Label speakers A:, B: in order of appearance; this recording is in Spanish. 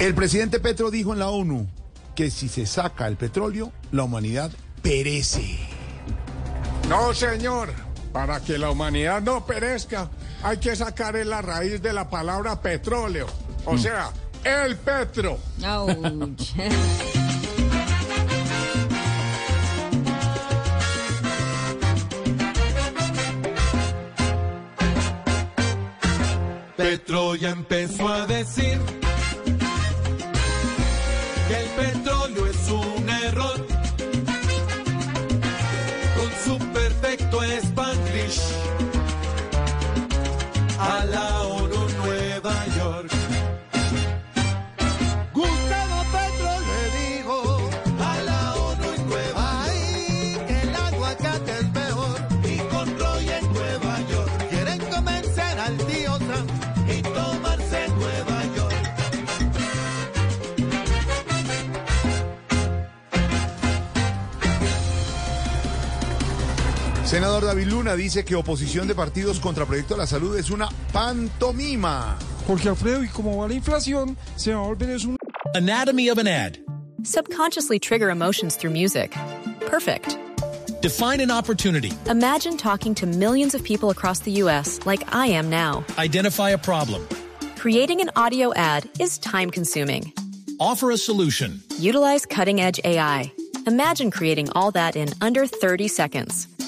A: El presidente Petro dijo en la ONU que si se saca el petróleo, la humanidad perece.
B: No, señor. Para que la humanidad no perezca, hay que sacar en la raíz de la palabra petróleo.
A: Mm.
B: O sea, el petro.
C: Ouch.
D: Petro ya empezó a decir que el petróleo es un error. Con su perfecto Spanglish a la ONU Nueva York. Gustavo Petro le dijo a la ONU en Nueva York que el aguacate es mejor y con Roy en Nueva York quieren convencer al tío Trump y tomarse Nueva York.
A: Senador David Luna dice que oposición de partidos contra Proyecto de la Salud es una pantomima.
E: Porque Alfredo, y como va la inflación, se va a volver es un...
F: Anatomy of an ad.
G: Subconsciously trigger emotions through music. Perfect.
F: Define an opportunity.
G: Imagine talking to millions of people across the U.S. like I am now.
F: Identify a problem.
G: Creating an audio ad is time consuming.
F: Offer a solution.
G: Utilize cutting edge AI. Imagine creating all that in under 30 seconds.